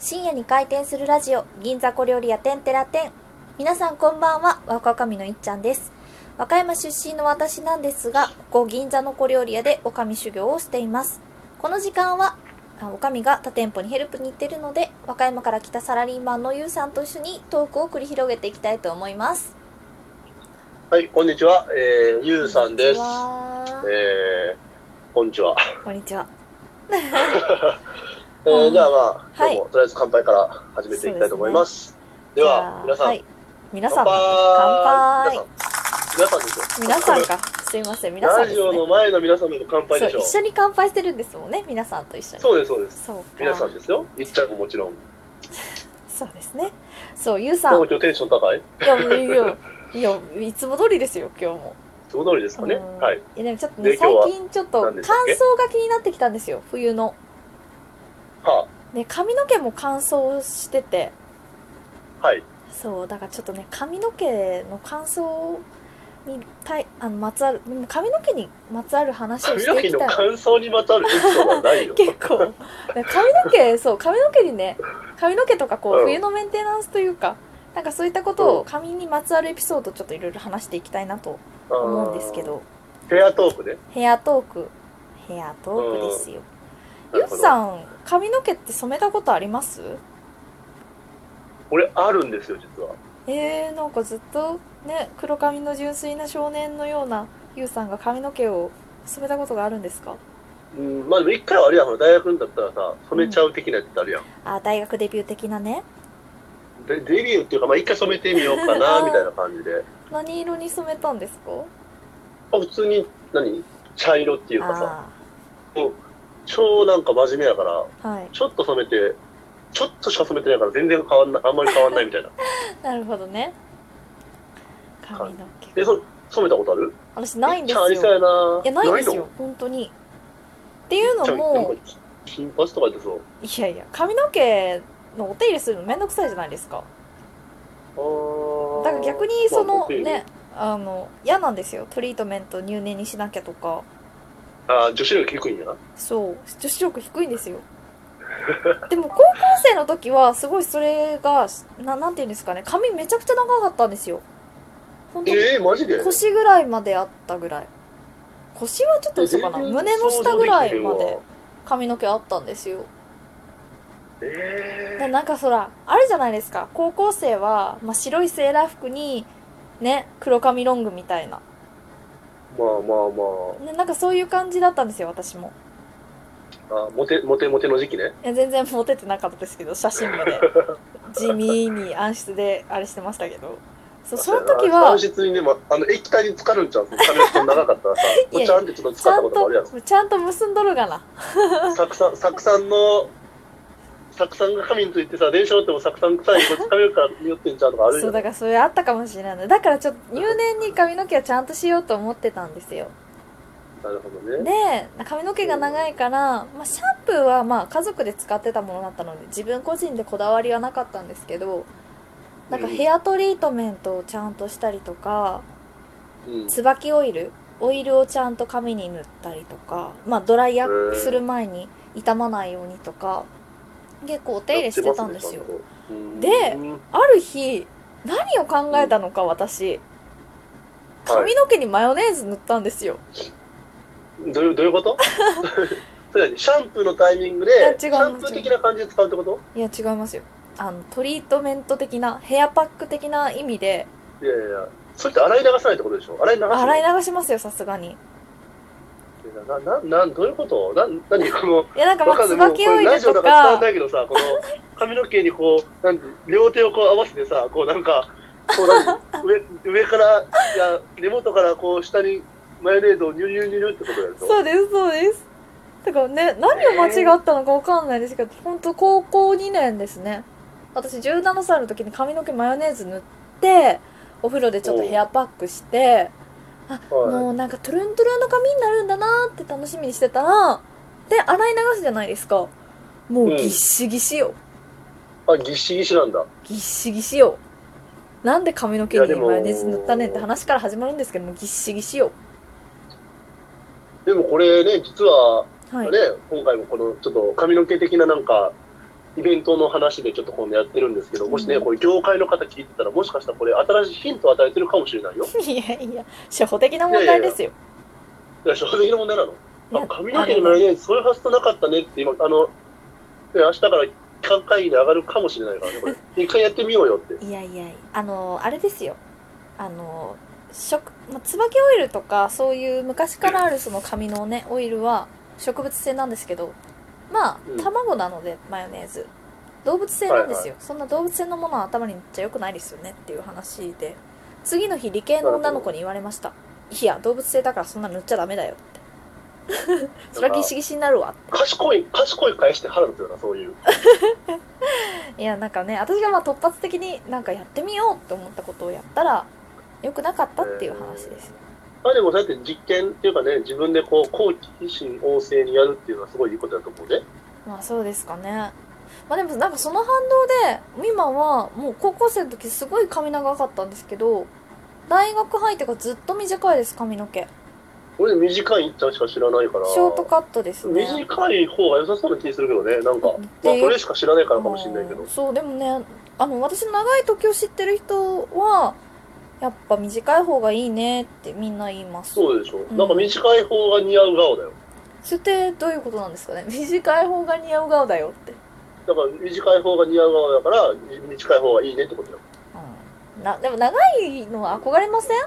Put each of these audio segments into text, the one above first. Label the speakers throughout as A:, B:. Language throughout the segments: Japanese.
A: 深夜に開店するラジオ銀座小料理屋天てら天皆さんこんばんは若女将のいっちゃんです和歌山出身の私なんですがここ銀座の小料理屋で女将修行をしていますこの時間はあ女将が他店舗にヘルプに行ってるので和歌山から来たサラリーマンのゆうさんと一緒にトークを繰り広げていきたいと思います
B: はい、こんにちは、えー、ゆうさんです。えー、こんにちは。
A: こんにちは
B: え
A: う
B: ー、
A: ん
B: じゃあまあ、
A: はい
B: 今日もとりあえず乾杯から始めていきたいと思います。では、皆さん、
A: はい、皆さ
B: 乾
A: ん乾
B: 杯
A: 杯
B: 皆さん、皆さんです
A: 皆さん
B: よ。
A: かすいません皆さん
B: ラ
A: で
B: ジ
A: す
B: オ
A: ね
B: の前の皆様の乾杯
A: そう
B: でしょ
A: 一緒に乾杯してるんですもんね皆さんと一緒に
B: そうです、そうです。
A: そうか
B: 皆さんですよ。いっちゃんももちろん。
A: そうですねそうゆうさん
B: 東京テンション高いい
A: いやもういいよいやいつも通りですよ今日も
B: つも通りですかね。
A: うん
B: はい。
A: やでもちょっとね
B: で今日
A: 最
B: は
A: 近ちょっと乾燥
B: 何でしたっけ
A: が気になってきたんですよ冬の
B: は
A: ね髪の毛も乾燥してて
B: あ、はい。
A: そうだからちょっとね髪の毛の乾燥にたいあのまつわるでも髪の毛にまつわる話を
B: 髪
A: し
B: の
A: て
B: 毛
A: いき
B: の
A: たい。
B: 乾燥にまつわるエピソードはないよ
A: 結構ね髪の毛そう髪の毛にね髪の毛とかこう、
B: うん
A: 冬のメンテナンスというかなんかそういったこと
B: う
A: を
B: ん
A: 髪にまつわるエピソードちょっといろいろ話していきたいなと思
B: 思
A: うんですけ。ど
B: ヘアトークね。
A: ヘアトークヘアトークですよ、
B: な
A: ゆ
B: る
A: う
B: ほど
A: さん髪の毛って染めたことあります
B: 俺、あるんですよ、実は。
A: えー、なんかずっとね黒髪の純粋な少年のようなゆうさんが髪の毛を染めたことがあるんですか
B: うん、まあでも一回はあれやん、ほら大学んだったらさ、染めちゃう的なやつってあるやん。
A: あ大学デビュー的なね
B: でデビューっていうか、まあ一回染めてみようか
A: あー
B: な、みたいな感じで。
A: 何色に染めたんですか
B: まあ普通に、何茶色っていうかさ、
A: あ
B: 超なんか真面目やから、
A: あはい
B: ちょっと染めて、ちょっとしか染めてないから全然変わんない、あんまり変わんないみたい な。
A: なるほどね髪の毛
B: で、そ染めたことある
A: 私ないんです
B: ちゃありそう
A: よ
B: やな。
A: いやないんです
B: の
A: よ本当にっていう
B: ちゃ
A: の
B: あなん
A: も
B: か金髪とかってそう。
A: いやいや髪の毛のお手入れするのめんどくさいじゃないですか
B: あー
A: だから逆にそ
B: まあ
A: の
B: お手入れ
A: ねあの嫌なんですよトリートメント入念にしなきゃとか
B: あー女子力低いんやな。
A: そう女子力低いんです よでも高校生の時はすごいそれがななんていうんですかね髪めちゃくちゃ長かったんですよ本当に
B: えー、マジで
A: 腰ぐらいまであったぐらい腰はちょっと嘘かな胸の下ぐらいまで。髪の毛あったんですよ
B: え
A: でなんかそらあるじゃないですか高校生は、まあ、白いセーラー服にね黒髪ロングみたいな、
B: ー、まあまあまあ。
A: ね、なんかそういう感じだったんですよ私も
B: あモテモテモテの時期ね
A: いや全然モテてなかったですけど写真部 で地味に暗室であれしてましたけどそうその時
B: あ
A: は
B: 暗室にね、ま、あの液体に浸かるんちゃう髪の毛長かったらさ
A: いやいや
B: おちゃんってちょっと
A: ち
B: 浸か
A: ゃ
B: ったこ
A: ん
B: ともあるや
A: とちゃんと結んどるがなん
B: 酢酸酢酸の酢酸が髪についてさ電車乗っても酢酸臭いこっち髪から匂ってんちゃうとかあるじ
A: そ
B: ゃ
A: うんだ
B: ない
A: からそれあったかもしれないだからちょっと入念に髪の毛はちゃんとしようと思ってたんですよ
B: なるほどね
A: で髪の毛が長いから、まあ、シャンプーはまあ家族で使ってたものだったので自分個人でこだわりはなかったんですけどなんか
B: うん
A: ヘアトリートメントをちゃんとしたりとか
B: うん
A: 椿オイルオイルをちゃんと髪に塗ったりとか、まあ、ドライヤーする前に傷まないようにとか結構お手入れしてたんですよ
B: やってますね
A: で
B: ちゃんとうん
A: ある日何を考えたのか私髪の毛にマヨネーズ塗ったんですよ、
B: どういうどういうこと それ何シャンプーのタイミングで
A: いや違う
B: シャンプー的な感じで使うってこと
A: いや違いますよあのトリートメント的なヘアパック的な意味で
B: いやいやいやそれって洗い流さないってことでしょ洗い流すの
A: 洗い流しますよさすがに
B: なななんどういうことなん何この
A: いやなんかま
B: わ
A: あ
B: かんないもうこ
A: 椿オイ
B: れラ
A: ル
B: ジオ
A: と
B: だから伝わ
A: か
B: んないけどさ、この髪の毛にこう、なんて両手をこう合わせてさ、こうなんか、こうなんて上上から、いや、根元からこう下にマヨネーズをニュニュニュニュってことやると。
A: そうですそうですだからね何を間違ったのかわかんないですけど本当高校2年ですね私17歳の時に髪の毛マヨネーズ塗ってお風呂でちょっとヘアパックして
B: は
A: もうなんかトゥルントゥルンの髪になるんだなーって楽しみにしてたらで洗い流すじゃないですかもうぎっしぎしよ、
B: い、あ、ぎっしぎしなんだ。
A: ぎっしぎしよなんで髪の毛
B: いや
A: に
B: でも
A: マヨネーズ塗ったねんって話から始まるんですけどもぎっしぎしよ
B: でもこれね、実は、
A: は
B: ね
A: い、、
B: 今回もこのちょっと髪の毛的ななんか、イベントの話でちょっと今度やってるんですけど、もしね、
A: うん
B: これ業界の方聞いてたら、もしかしたらこれ新しいヒントを与えてるかもしれないよ。
A: いやいや、初歩的な問題ですよ。
B: いや、正直な問題なの。
A: いや
B: あ髪の毛のマヨネーズ、そういう発想なかったねって今、あの、ね明日から企画会議に上がるかもしれないからね、こ れ。一回やってみようよって。
A: いやいや、あの、あれですよ。あの、食、まあ、椿オイルとか、そういう昔からあるその髪の ね、オイルは植物性なんですけど、ま
B: うん
A: あ、卵なので、マヨネーズ。動物性なんですよ。そんな動物性のものは頭に塗っちゃ良くないですよねっていう話で、次の日理系の女の子に言われました。いや、動物性だからそんな塗っちゃダメだよって。それはギシギシになるわって。
B: 賢い、賢い返して払うんですよな、そういう。
A: いやなんかね私がまあ突発的になんかやってみようって思ったことをやったら良くなかったっていう話です、
B: まあでも、そうやって実験っていうかね、自分でこう、好奇心旺盛にやるっていうのはすごいいいことだと思うね。
A: まあそうですかねまあでもなんかその反動で今はもう高校生の時すごい髪長かったんですけど大学入ってからずっと短いです髪の毛
B: 俺、短い一旦しか知らないから。
A: ショートカットですね
B: 短い方が良さそうな気するけどね、なんか。
A: て
B: まあ、
A: いう
B: それしか知らないからかもしれないけ
A: う
B: ど
A: ん。そうでもねあの私の長い時を知ってる人はやっぱ短い方がいいねってみんな言います
B: そうでしょ。
A: うん
B: なんか短い方が似合う顔だよ。
A: それってどういうことなんですかね 短い方が似合う顔だよって、
B: だから短い方が似合う顔だから、短い方がいいねってことだよ。
A: なでも長いのは憧れません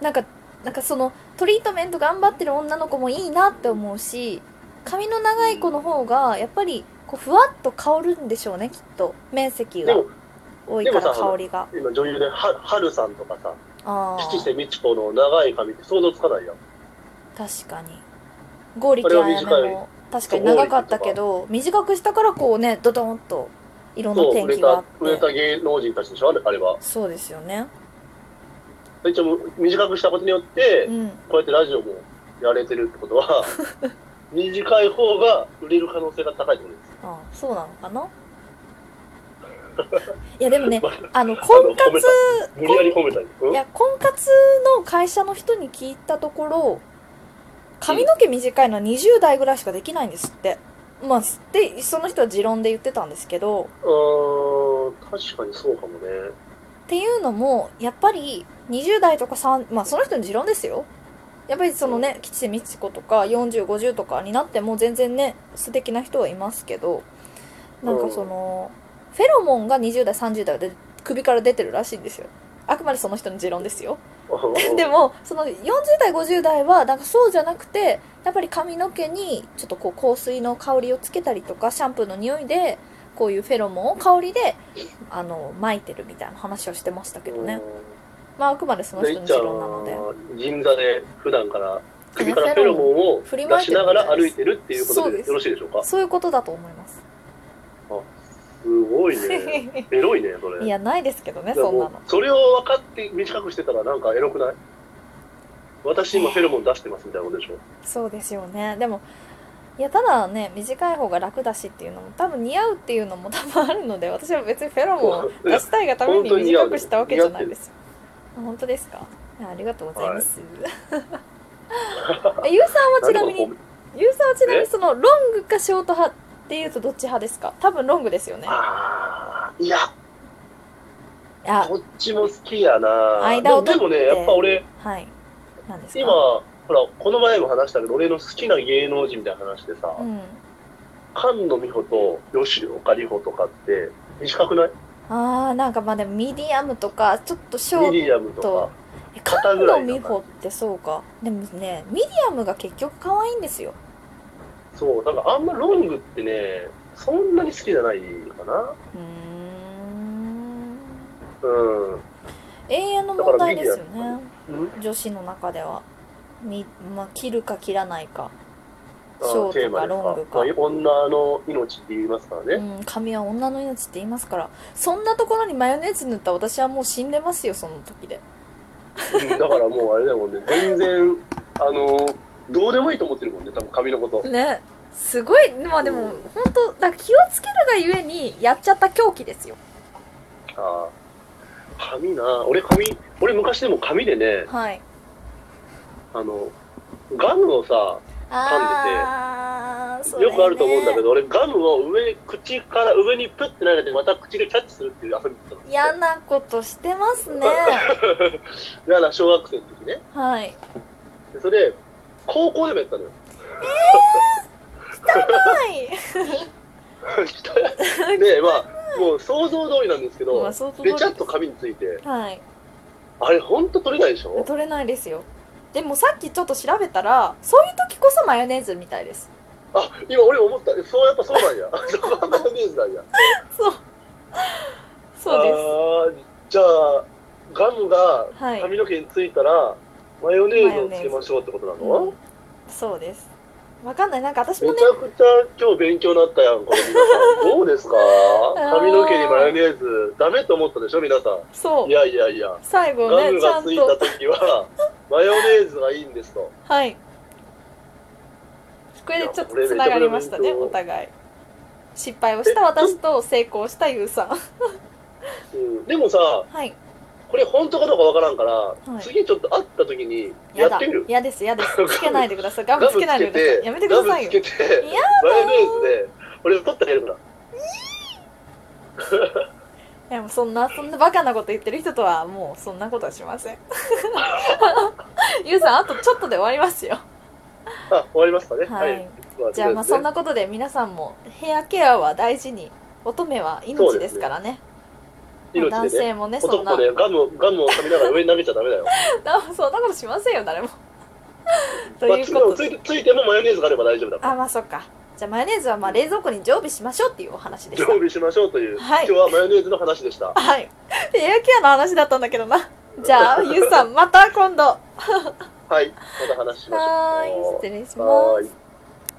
A: なんかなんかそのトリートメント頑張ってる女の子もいいなって思うし髪の長い子の方がやっぱりこうふわっと香るんでしょうねきっと面積
B: で
A: が
B: も、
A: 多いか
B: で
A: ら
B: もさ
A: 香りが
B: 今女優で、ははるさんとかさ、
A: あ
B: 七
A: ー
B: 瀬美智子の長い髪って想像つかないやん。
A: 確かに剛力彩
B: あ
A: 芽
B: れは
A: も確かに長かったけど短くしたからこうねドドンといろんな
B: そう、
A: 天
B: 売れ
A: 気があ
B: た
A: っ、
B: 売れ
A: て
B: た芸能人たちでしょ、あれあれは。
A: そうですよね
B: 一応、短くしたことによって、
A: うん
B: こうやってラジオもやれてるってことは、短い方が売れる可能性が高いってことです。
A: あそうなのか ないやでもね
B: まあ
A: あの婚
B: あの褒め
A: 活
B: 無理やり褒めたり。うん
A: いや婚活の会社の人に聞いたところ髪の毛短いのは20代ぐらいしかできないんですってまあでその人は持論で言ってたんですけど
B: うーん、確かにそうかもね。
A: っていうのもやっぱり20代とか3まあその人の持論ですよやっぱりそのね吉瀬美智子とか4050とかになっても全然ね素敵な人はいますけどなんかそのフェロモンが20代30代で首から出てるらしいんですよあくまでその人の持論ですよでもその40代50代はなんかそうじゃなくてやっぱり髪の毛にちょっとこう香水の香りをつけたりとかシャンプーの匂いでこういうフェロモンを香りであの撒いてるみたいな話をしてましたけどね、まああくまでその
B: で
A: 人
B: い
A: の
B: っ
A: 持
B: ちゃん
A: 論なので
B: は銀座で普段から首からフェロモンを
A: 振り
B: 出
A: 回し
B: して
A: る
B: な
A: みた
B: が
A: いです
B: ら歩いてるっていうこ
A: そ
B: と
A: うで
B: ですよろしいでしょうか
A: そういうことだと思います
B: すごい ねエロいねそれ
A: いやないですけどね
B: いや
A: そん
B: も
A: な
B: う
A: の
B: それを分かって短くしてたらなんかエロくない私今フェロモン出してますみたいなことでしょ
A: そうですよねでもいやただね短い方が楽だしっていうのも多分似合うっていうのも多分あるので私は別にフェロモンを出したいがために
B: 本当に似合
A: 短
B: う
A: くしたわけじゃないですよ本当ですかいやありがとうございます、えゆうさんはちなみ
B: 何
A: に
B: この
A: ゆうさんはちなみに
B: え
A: そのロングかショート派っていうとどっち派ですか多分ロングですよね
B: あーいや
A: あ
B: こっちも好きやな
A: 間を取っ
B: で
A: て
B: もでもねやっぱ俺
A: はいなんですか
B: 今ほらこの前も話したけど俺の好きな芸能人みたいな話でさ、
A: うん
B: 菅野美穂と吉岡里帆とかって短くない
A: あーなんかまあでもミディアムとかちょっとショー
B: ミ
A: ト
B: ディアムとか。
A: え
B: 肩
A: 菅
B: ぐらい
A: 野
B: の
A: 美穂ってそうかでもねミディアムが結局可愛いんですよ
B: そう、なんかあんまロングってね、そんなに好きじゃないかな。
A: うーん
B: うん。
A: 永遠の問題ですよ
B: だから
A: ね
B: うん
A: 女子の中ではみ、まあ、切るか切らないか
B: あ
A: ショ
B: テ
A: ート
B: マ
A: か
B: です
A: ロング
B: ま
A: か
B: あ、女の命って言いますから
A: う
B: ね。
A: ん髪は女の命って言いますからそんなところにマヨネーズ塗ったら私はもう死んでますよその時で
B: うんだからもうあれだもんね、全然、あの、どうでもいいと思ってるもんね、多分髪のこと。
A: ねすごいまあでも本当だから気をつけるがゆえにやっちゃった狂気ですよ
B: あー髪な、俺髪、俺昔でも髪でね、
A: はい
B: あの、ガムをさ、
A: ああーそれ
B: よ
A: ね
B: くあると思うんだけど、俺ガムを上、口から上にプッて投げて、また口でキャッチするっていう遊びだったの。
A: 嫌なことしてます ね
B: だから小学生の時ね。
A: はい
B: でそれ、高校でも やったのよ。
A: はい
B: で、まあ、もう想像通りなんですけ
A: ま
B: ど
A: あ相当、通り
B: べちゃっと紙について、
A: はい
B: あれほんと取れないでしょ
A: 取れないですよでもさっきちょっと調べたらそういう時こそマヨネーズみたいです
B: あ、今俺思った。そう、やっぱそうなんや。そこはマヨネーズなんや。
A: そうそうです
B: あーじゃあ、ガムが
A: はい
B: 髪の毛についたら、マヨネーズをつけましょうってことなの、
A: そうですわかんないなんか私も
B: め
A: ね
B: ちゃくちゃ今日勉強になったやん、この皆さん。どうですか
A: ー
B: 髪の毛にマヨネーズ、ダメと思ったでしょ、皆さん。
A: そ
B: いうやいやいや、
A: 最後
B: ガム
A: ねちゃ
B: が
A: ん
B: ついた
A: と
B: 時は、 マヨネーズがいいんですと。
A: はいこれでちょっとつながりました
B: い
A: ね
B: やこれ
A: お互い失敗をした私と成功したゆうさん
B: うん、でもさ、
A: はい
B: これ本当かどうかわからんから、
A: い
B: 次ちょっと会った時にや
A: や
B: っ
A: だ
B: てみる。
A: 嫌です嫌ですつけないでくださいガムつけないでくださいやめてくださいよ
B: ガムつけて、
A: や
B: マヨネーズで、俺取ってあげるから。
A: いやもうそんなそんなバカなこと言ってる人とはもうそんなことはしません ゆうさんあとちょっとで終わりますよ
B: あ、終わりますかね。
A: はい
B: ま
A: じゃあまあそん
B: な。
A: なことで皆さんもヘアケアは大事に乙女は命ですからね
B: 命
A: 男
B: でね。
A: 性もねそんな
B: 男でガムを、ガムを噛みながら上に投げちゃダメだよ。
A: なそんなことしませんよ誰も と
B: まあ
A: い
B: つ
A: うこと
B: つい
A: で
B: てついてもマヨネーズがあれば大丈夫だから。
A: あまあそっかじゃあマヨネーズはまあ冷蔵庫に常備しましょうっていうお話 でし
B: 常
A: た
B: 備しましょうという、
A: はい
B: 今日はマヨネーズの話でした。は
A: はいヘアケアの話だったんだけどなじゃあゆうさんまた今度
B: い、また話しましょう。
A: はーい失礼します
B: はーい